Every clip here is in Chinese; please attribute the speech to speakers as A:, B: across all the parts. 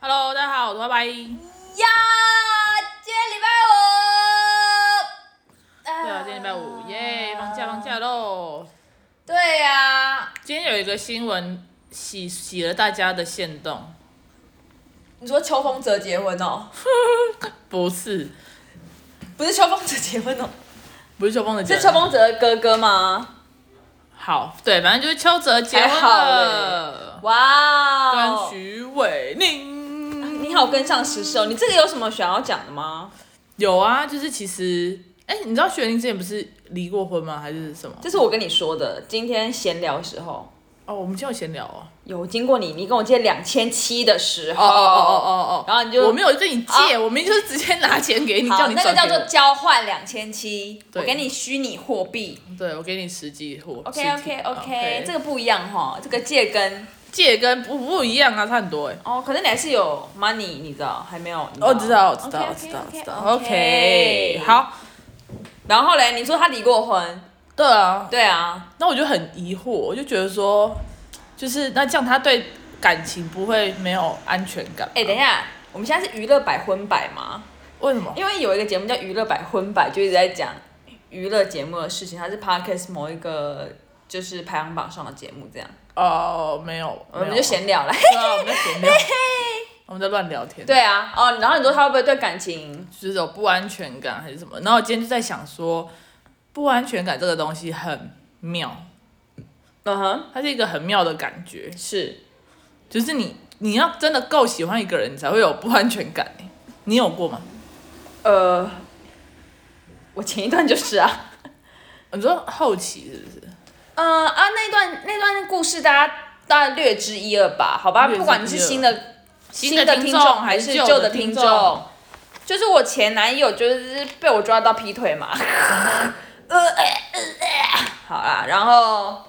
A: Hello，大家好，我是拜拜。
B: 呀，今天礼拜五。
A: 对
B: 对
A: 啊，今天礼拜五，耶，放假放假。喽！
B: 对呀、
A: 今天有一个新闻洗洗了大家的线动，
B: 你说秋风者结婚哦？
A: 不是
B: 不是秋风者结婚哦，
A: 不是秋风的结，
B: 是秋风者的哥哥吗？
A: 好，对，反正就是邱泽结婚
B: 还好
A: 了，
B: 哇
A: 跟
B: 哦！
A: 徐伟宁。
B: 你好，跟上时事哦。你这个有什么想要讲的吗？
A: 有啊，就是其实，哎、你知道徐伟宁之前不是离过婚吗？还是什么？
B: 这是我跟你说的，今天闲聊的时候
A: 哦，我们今天有闲聊哦。
B: 有经过你，你跟我借两千七的时候，
A: 哦哦哦哦哦，
B: 然后你就
A: 我没有对你借，我明明就是直接拿钱给你，
B: 好，
A: 叫你
B: 那个
A: 转
B: 叫
A: 给
B: 做
A: 我。
B: 交换两千七，我
A: 对
B: 给你虚拟货币。
A: 对，我给你实际货。
B: OK
A: 实体
B: OK
A: 啊
B: OK，这个不一样哈，这个借跟
A: 借跟不不一样啊，差很多哎。
B: 哦，可能你还是有 money，你知道还没有？你
A: 哦我知道，我知道，我
B: OK，OK，
A: 知道，我
B: 嗯 OK，
A: 知道。
B: OK
A: OK，好，
B: 然后嘞，你说他离过婚，
A: 对啊，
B: 对啊，
A: 那我就很疑惑，我就觉得说，就是那这样他对感情不会没有安全感？
B: 哎，等一下，我们现在是娱乐百婚百吗？
A: 为什么？
B: 因为有一个节目叫娱乐百婚百，就一直在讲娱乐节目的事情，它是 podcast 某一个就是排行榜上的节目，这样
A: 哦，没有，
B: 我们
A: 没
B: 就
A: 有
B: 闲聊了。
A: 对啊，我们在闲聊， 我们在乱聊天，
B: 对啊，哦，然后你说他会不会对感情？
A: 就是有不安全感还是什么？然后我今天就在想说，不安全感这个东西很妙，
B: 嗯哼，
A: 它是一个很妙的感觉，
B: 是
A: 就是你你要真的够喜欢一个人，你才会有不安全感、欸。你有过吗？
B: 呃，我前一段就是啊。
A: 你说后期是不是？
B: 呃啊，那段那段故事大家大家略知一二吧，好吧，
A: 略知
B: 不管你是
A: 一二
B: 新的
A: 新
B: 的
A: 的
B: 听
A: 听
B: 众
A: 众
B: 还
A: 还
B: 是
A: 是
B: 旧
A: 旧
B: 的
A: 的
B: 听
A: 听
B: 众
A: 众，
B: 就是我前男友就是被我抓到劈腿嘛， 呃呃呃好啦，然后。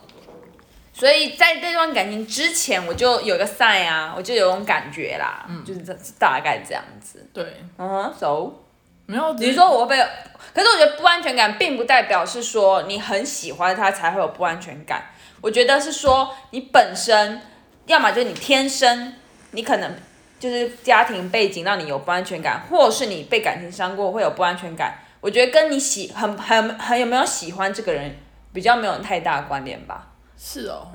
B: 所以在这段感情之前，我就有一个 sign 啊，我就有种感觉啦，就是这大概这样子。
A: 对，
B: 嗯哼，走。
A: 没有。
B: 你说我会被，可是我觉得不安全感并不代表是说你很喜欢他才会有不安全感，我觉得是说你本身，要么就是你天生，你可能就是家庭背景让你有不安全感，或是你被感情伤过会有不安全感。我觉得跟你喜很很很有没有喜欢这个人比较没有太大关联吧。
A: 是哦，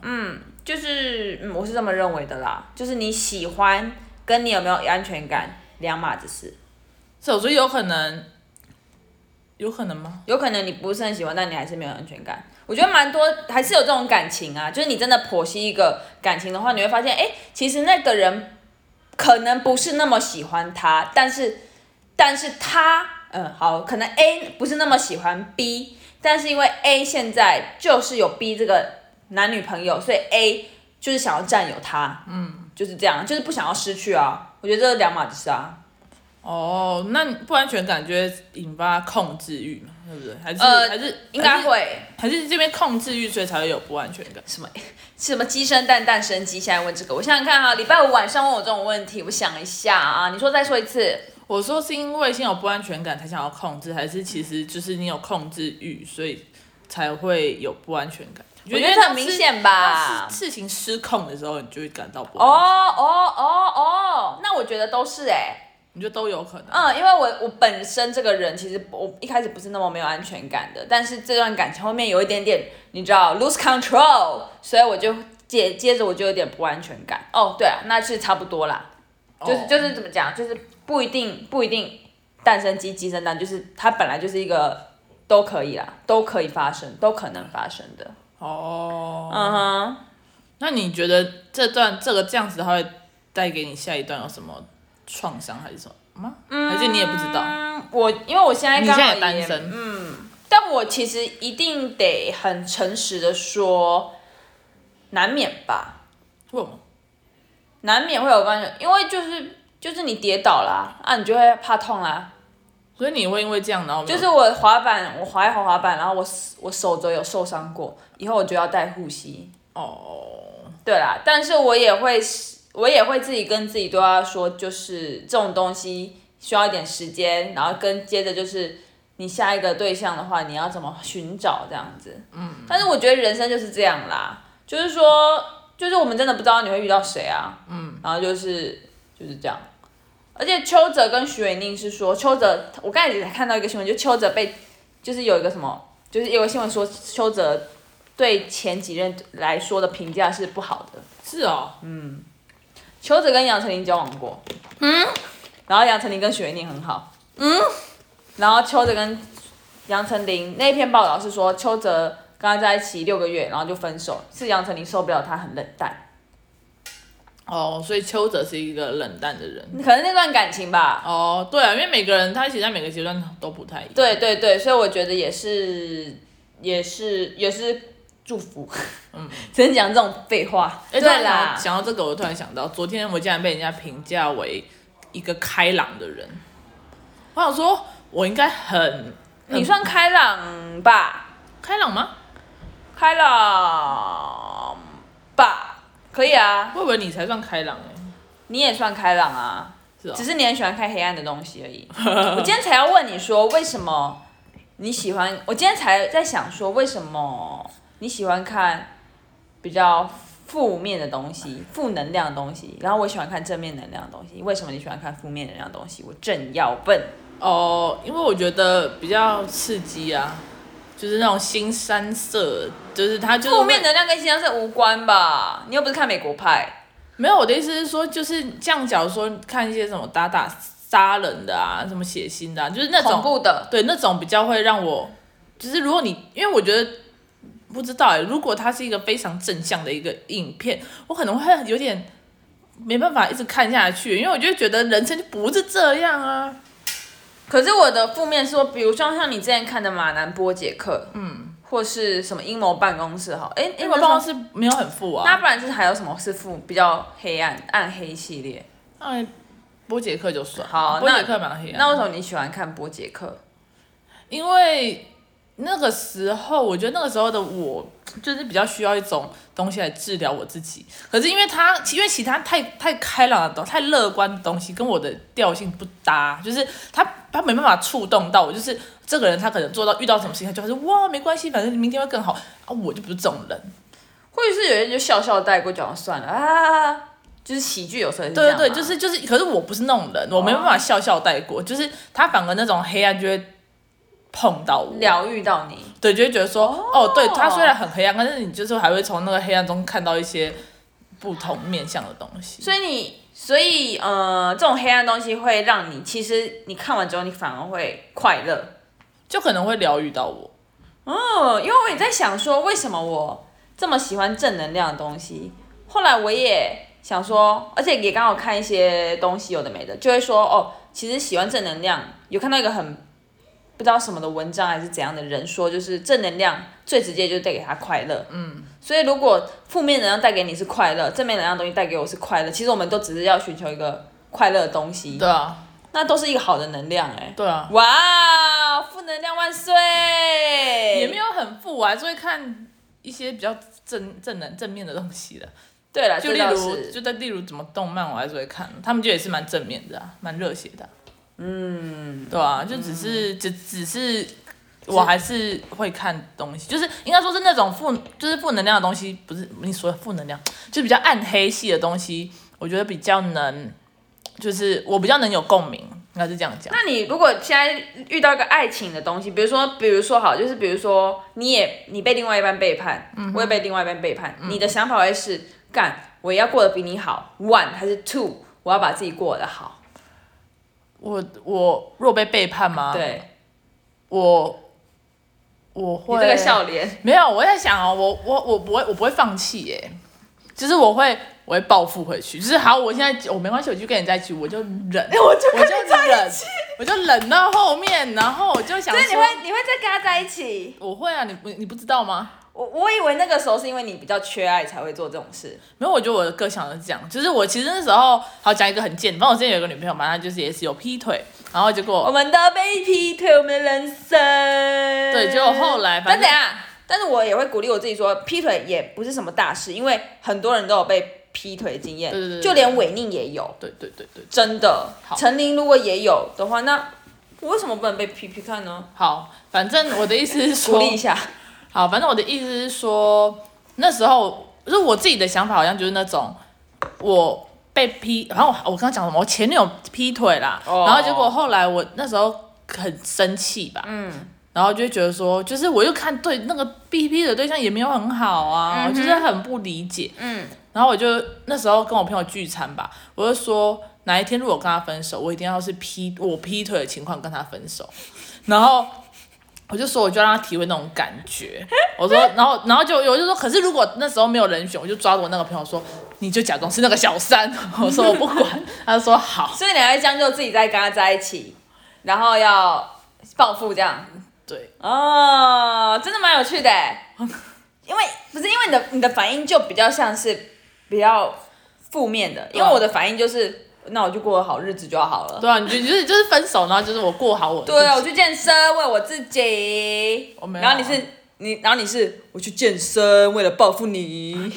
B: 就是、嗯、我是这么认为的啦，就是你喜欢跟你有没有安全感两码子事。
A: 是哦，所以有可能，有可能吗？
B: 有可能你不是很喜欢，但你还是没有安全感。我觉得蛮多还是有这种感情啊，就是你真的剖析一个感情的话，你会发现，哎、其实那个人可能不是那么喜欢他，但是但是他，嗯，好，可能 A 不是那么喜欢 B，但是因为 A 现在就是有 B 这个男女朋友，所以 A 就是想要占有他，嗯，就是这样，就是不想要失去啊。我觉得这是两码子事啊。
A: 哦，那不安全感就会引发控制欲嘛，对不对？还是、
B: 呃
A: 还是
B: 应该
A: 还是
B: 会
A: 还是这边控制欲，所以才会有不安全感。
B: 什么什么鸡生蛋，蛋生鸡。现在问这个，我想想看哈、礼拜五晚上问我这种问题，我想一下啊。你说再说一次，
A: 我说是因为先有不安全感才想要控制，还是其实就是你有控制欲，所以才会有不安全感？我
B: 我觉得很明显吧。
A: 事情失控的时候，你就会感到不
B: 哦
A: 安，
B: 哦哦哦，那我觉得都是哎、
A: 你就都有可能。
B: 嗯，因为我我本身这个人其实不我一开始不是那么没有安全感的，但是这段感情后面有一点点，你知道 lose control，所以我就接接着我就有点不安全感。哦，对啊，那是差不多啦。就是
A: 哦
B: 就是怎么讲，就是不一定不一定蛋生鸡鸡生蛋，就是它本来就是一个都可以啦，都可以发生，都可能发生的。
A: 哦，
B: 嗯哼，
A: 那你觉得这段这个这样子，它会带给你下一段有什么创伤还是什么吗？
B: 嗯
A: 还是你也不知道？
B: 我因为我现在
A: 嗯你
B: 刚
A: 现
B: 好
A: 在
B: 也嗯
A: 也单身，
B: 但我其实一定得很诚实的说，难免吧，
A: 为什么？
B: 难免会有关系，因为就是就是你跌倒啦，啊，你就会怕痛啦。
A: 所以你会因为这样，然后没
B: 就
A: 有
B: 是我滑板，我滑一滑滑板，然后我我手肘有受伤过，以后我就要戴护膝。
A: 哦，
B: 对啦，但是我也会，我也会自己跟自己对话说，就是这种东西需要一点时间，然后跟接着就是你下一个对象的话，你要怎么寻找这样子。嗯，但是我觉得人生就是这样啦，就是说，就是我们真的不知道你会遇到谁啊。嗯，然后就是就是这样。而且邱泽跟徐伟宁是说，邱泽，我刚才也看到一个新闻，就邱泽被，就是有一个什么，就是有个新闻说邱泽对前几任来说的评价是不好的。
A: 是哦，
B: 邱泽跟杨丞琳交往过，嗯，然后杨丞琳跟许维宁很好，嗯，然后邱泽跟杨丞琳那篇报道是说邱泽跟他在一起六个月，然后就分手，是杨丞琳受不了他很冷淡，
A: 哦，所以邱泽是一个冷淡的人。
B: 可能那段感情吧。
A: 哦，对啊，因为每个人他其实在每个阶段都不太一样。
B: 对对对，所以我觉得也是，也是也是祝福，嗯， 只能讲这种废话。
A: 哎，突
B: 对
A: 然
B: 啦
A: 想，想到这个，我突然想到，昨天我竟然被人家评价为一个开朗的人，我想说，我应该很
B: 你算开朗吧，
A: 开朗吗？
B: 开朗吧，可以啊，
A: 我以为你才算开朗哎、
B: 你也算开朗啊。
A: 是哦，
B: 只是你很喜欢看黑暗的东西 而已。我今天才要问你说为什么你喜欢？我今天才在想说为什么你喜欢看比较负面的东西、负能量的东西，然后我喜欢看正面能量的东西。为什么你喜欢看负面能量的东西？我正要问。
A: 哦，因为我觉得比较刺激啊，就是那种新三色，就是他就是
B: 负面
A: 会
B: 能量跟新疆是无关吧？你又不是看美国派，
A: 没有我的意思是说，就是像假如说看一些什么打打杀人的啊，什么血腥的、啊，就是那
B: 恐
A: 种
B: 怖的。
A: 对那种比较会让我，就是如果你因为我觉得不知道哎、如果它是一个非常正向的一个影片，我可能会有点没办法一直看下去，因为我就觉得人生就不是这样啊。
B: 可是我的负面是说，比如像像你之前看的马南波杰克，嗯，或是什么阴谋办公室哈，哎、
A: 因为
B: 阴谋
A: 办
B: 办公
A: 公
B: 室
A: 室没有很富啊。
B: 那不然是还有什么是负比较黑暗暗黑系列？
A: 哎，波杰克就算
B: 好
A: 波
B: 那
A: 杰克蛮黑暗。
B: 那为什么你喜欢看波杰克？
A: 因为那个时候，我觉得那个时候的我就是比较需要一种东西来治疗我自己。可是因为他，因为其他太太开朗的东、太乐观的东西跟我的调性不搭，就是他他没办法触动到我。就是这个人，他可能做到遇到什么事情，他就还是哇没关系，反正明天会更好啊。我就不是这种人。
B: 或者是有人就笑笑带过，讲算了啊，就是喜剧有时候也是这
A: 对
B: 样
A: 对对，
B: 嘛
A: 就是就是，可是我不是那种人，我没办法笑笑带过，就是他反而那种黑暗就会碰到我，
B: 疗愈到你。
A: 对，就会觉得说，哦，对，他虽然很黑暗，但是你就是还会从那个黑暗中看到一些不同面向的东西。
B: 所以你，所以呃，这种黑暗东西会让你，其实你看完之后，你反而会快乐。
A: 就可能会疗愈到我。
B: 哦，因为我也在想说，为什么我这么喜欢正能量的东西？后来我也想说，而且也刚好看一些东西，有的没的，就会说哦，其实喜欢正能量，有看到一个很不知道什么的文章还是怎样的人说，就是正能量最直接就带给他快乐。嗯，所以如果负面能量带给你是快乐，正面能量的东西带给我是快乐，其实我们都只是要寻求一个快乐的东西，
A: 对啊，
B: 那都是一个好的能量哎、
A: 对啊，
B: 哇，负能量万岁！哎
A: 也没有很富，我还是会看一些比较正正能正面的东西的。
B: 对了，
A: 就
B: 这
A: 例
B: 倒
A: 如，
B: 是
A: 就在例如怎么动漫，我还是会看，他们就也是蛮正面的啊，蛮热血的、嗯，对啊，就只是、
B: 嗯
A: 只只是。我还是会看东西，就是应该说是那种负，就是负能量的东西，不是你说的负能量，就比较暗黑系的东西，我觉得比较能，就是我比较能有共鸣，应该是这样讲。
B: 那你如果现在遇到一个爱情的东西，比如说，比如说好，就是比如说，你也你被另外一半背叛，我也被另外一半背叛，你的想法会是干，我也要过得比你好，one 还是 two，我要把自己过得好，
A: 我我若被背叛吗？，
B: 对，
A: 我我
B: 你
A: 会
B: 这个笑脸，
A: 没有，我在想哦，我我我不会，我不会放弃耶，就是我会我会报复回去，就是好，我现在我没关系，我就跟你在一起，我就忍，
B: 哎我就
A: 我就忍，我就忍到后面，然后我就想
B: 所以你
A: 说，
B: 会你会再跟他在一起，
A: 我会啊，你不你不知道吗？
B: 我我以为那个时候是因为你比较缺爱才会做这种事，
A: 没有，我觉得我的个性好像是这样，就是我其实那时候好讲一个很贱，反正我之前有一个女朋友嘛，她就是也是有劈腿，然后结
B: 我
A: 果
B: 们的被劈腿，我们的人生。
A: 对结果后来反
B: 但
A: 正
B: 等一下，但是我也会鼓励我自己说，劈腿也不是什么大事，因为很多人都有被劈腿的经验，
A: 对对对对
B: 就连违宁也有，
A: 对对对对，
B: 真的。
A: 好
B: 陈琳如果也有的话，那我为什么不能被劈劈看呢？
A: 好，反正我的意思是
B: 鼓
A: 说，
B: 励一下，
A: 好，反正我的意思是说，那时候就是我自己的想法，好像就是那种我被劈，然后我我刚刚讲什么？我前女友劈腿啦，
B: 哦
A: 然后结果后来我那时候很生气吧，
B: 嗯
A: 然后就会觉得说，就是我又看对那个 B P 的对象也没有很好啊，我就是很不理解，
B: 嗯，
A: 然后我就那时候跟我朋友聚餐吧，我就说哪一天如果跟他分手，我一定要是劈我劈腿的情况跟他分手，然后。我就说，我就让他体会那种感觉。 我说，然后，然后就我就说，可是如果那时候没有人选，我就抓着我那个朋友说，你就假装是那个小三。 我说我不管，他就说好。
B: 所以你还会将就自己再跟他在一起，然后要报复这样。
A: 对，
B: 哦，真的蛮有趣的欸， 因为不是因为你的你的反应就比较像是比较负面的，因为
A: 对啊
B: 我的反应就是那我就过好日子就好了。
A: 对啊，你就就是就是分手，然后就是我过好我的
B: 对啊，我
A: 自己
B: 去健身为我自己，
A: 我没有
B: 然后你是你，然后你是我去健身为了报复 你。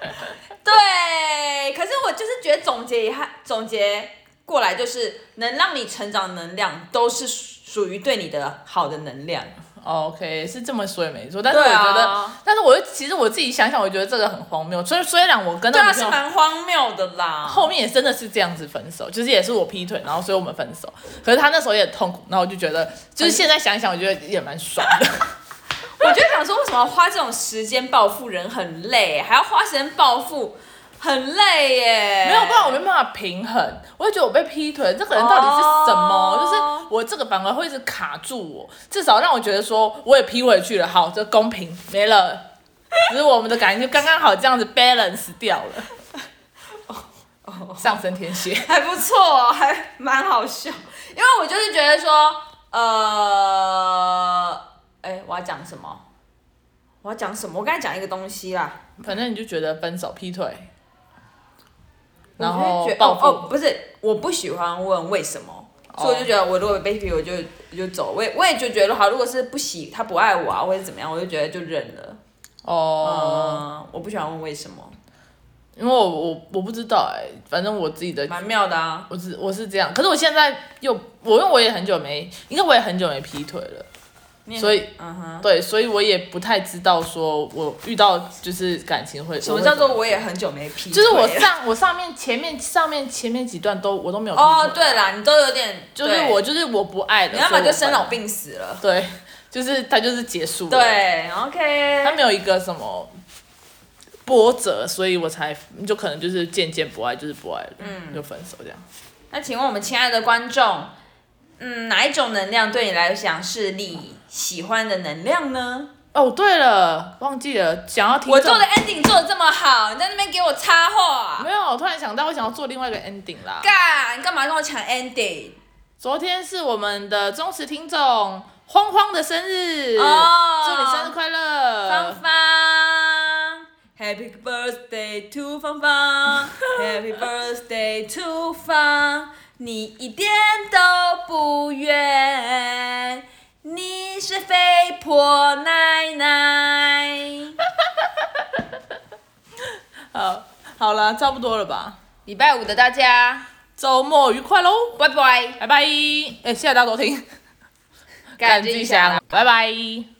B: 对，可是我就是觉得总结一下，总结过来就是能让你成长的能量都是属于对你的好的能量。
A: 哦 OK，是这么说也没错，但是我
B: 对啊
A: 觉得，但是我又其实我自己想想，我觉得这个很荒谬。所以虽然我跟
B: 对
A: 那
B: 啊，
A: 个朋
B: 是
A: 友
B: 蛮荒谬的啦。
A: 后面也真的是这样子分手，就是也是我劈腿，然后所以我们分手。可是他那时候也很痛苦，然后我就觉得，就是现在想一想，我觉得也蛮爽的。
B: 我就想说，为什么要花这种时间报复人很累，还要花时间报复，很累耶。
A: 没有，不然我没办法平衡。我会觉得我被劈腿，这个人到底是什么
B: 哦
A: 就是我这个反而会一直卡住我，至少让我觉得说我也劈回去了，好，这公平没了。只是我们的感情就刚刚好这样子 balance 掉了。
B: 哦
A: 上升天蝎，
B: 还不错，还蛮好笑。因为我就是觉得说，呃，哎、我要讲什么？我要讲什么？我刚才讲一个东西啦，
A: 反正你就觉得分手、劈腿，
B: 我
A: 然后
B: 就觉得
A: 报
B: 哦
A: 复。
B: 哦，不是，我不喜欢问为什么。
A: 哦
B: 所以我就觉得，我如果被 baby，我就我就走，我也我也就觉得好，如果是不喜他不爱我啊，或者怎么样，我就觉得就忍了。
A: 哦
B: 嗯，我不喜欢问为什么，
A: 因为我我我不知道哎、反正我自己的
B: 蛮妙的啊。
A: 我是我是这样，可是我现在又我因为我也很久没，应该我也很久没劈腿了，
B: 你也
A: 所以
B: 嗯哼，
A: 对，所以我也不太知道说我遇到就是感情会
B: 什
A: 我
B: 么
A: 会
B: 叫
A: 怎
B: 做我也很久没劈
A: 就
B: 腿啊了？
A: 是我上我上面前面上面前面几段都我都没有劈
B: 哦，
A: 腿
B: 对啦，你都有点，
A: 就是
B: 对
A: 我就是我不爱的，
B: 你要么
A: 所以
B: 就
A: 我
B: 生
A: 分
B: 老病死了。
A: 对，就是他就是结束了，，
B: 对
A: 他
B: ，OK，
A: 没有一个什么波折，所以我才就可能就是渐渐不爱，就是不爱了，嗯，就分手这样。
B: 那请问我们亲爱的观众，嗯，哪一种能量对你来讲是你喜欢的能量呢？
A: 哦，对了，忘记了，想要听
B: 我
A: 众
B: 做的 ending 做的这么好，你在那边给我插话，
A: 没有，我突然想到，我想要做另外一个 ending 啦。
B: 干，你干嘛跟我抢 ending？
A: 昨天是我们的忠实听众慌慌的生日，
B: 哦
A: 祝你生日快
B: 芳
A: 乐！
B: 芳，Happy birthday to 芳 芳，Happy birthday to 芳，你一点都不远，你是肥婆奶奶。
A: 好，好了，差不多了吧？
B: 礼拜五的大家，
A: 周末愉快喽，
B: 拜拜，
A: 拜拜！哎、谢谢大家收听，
B: 感激一下啦。
A: 拜拜。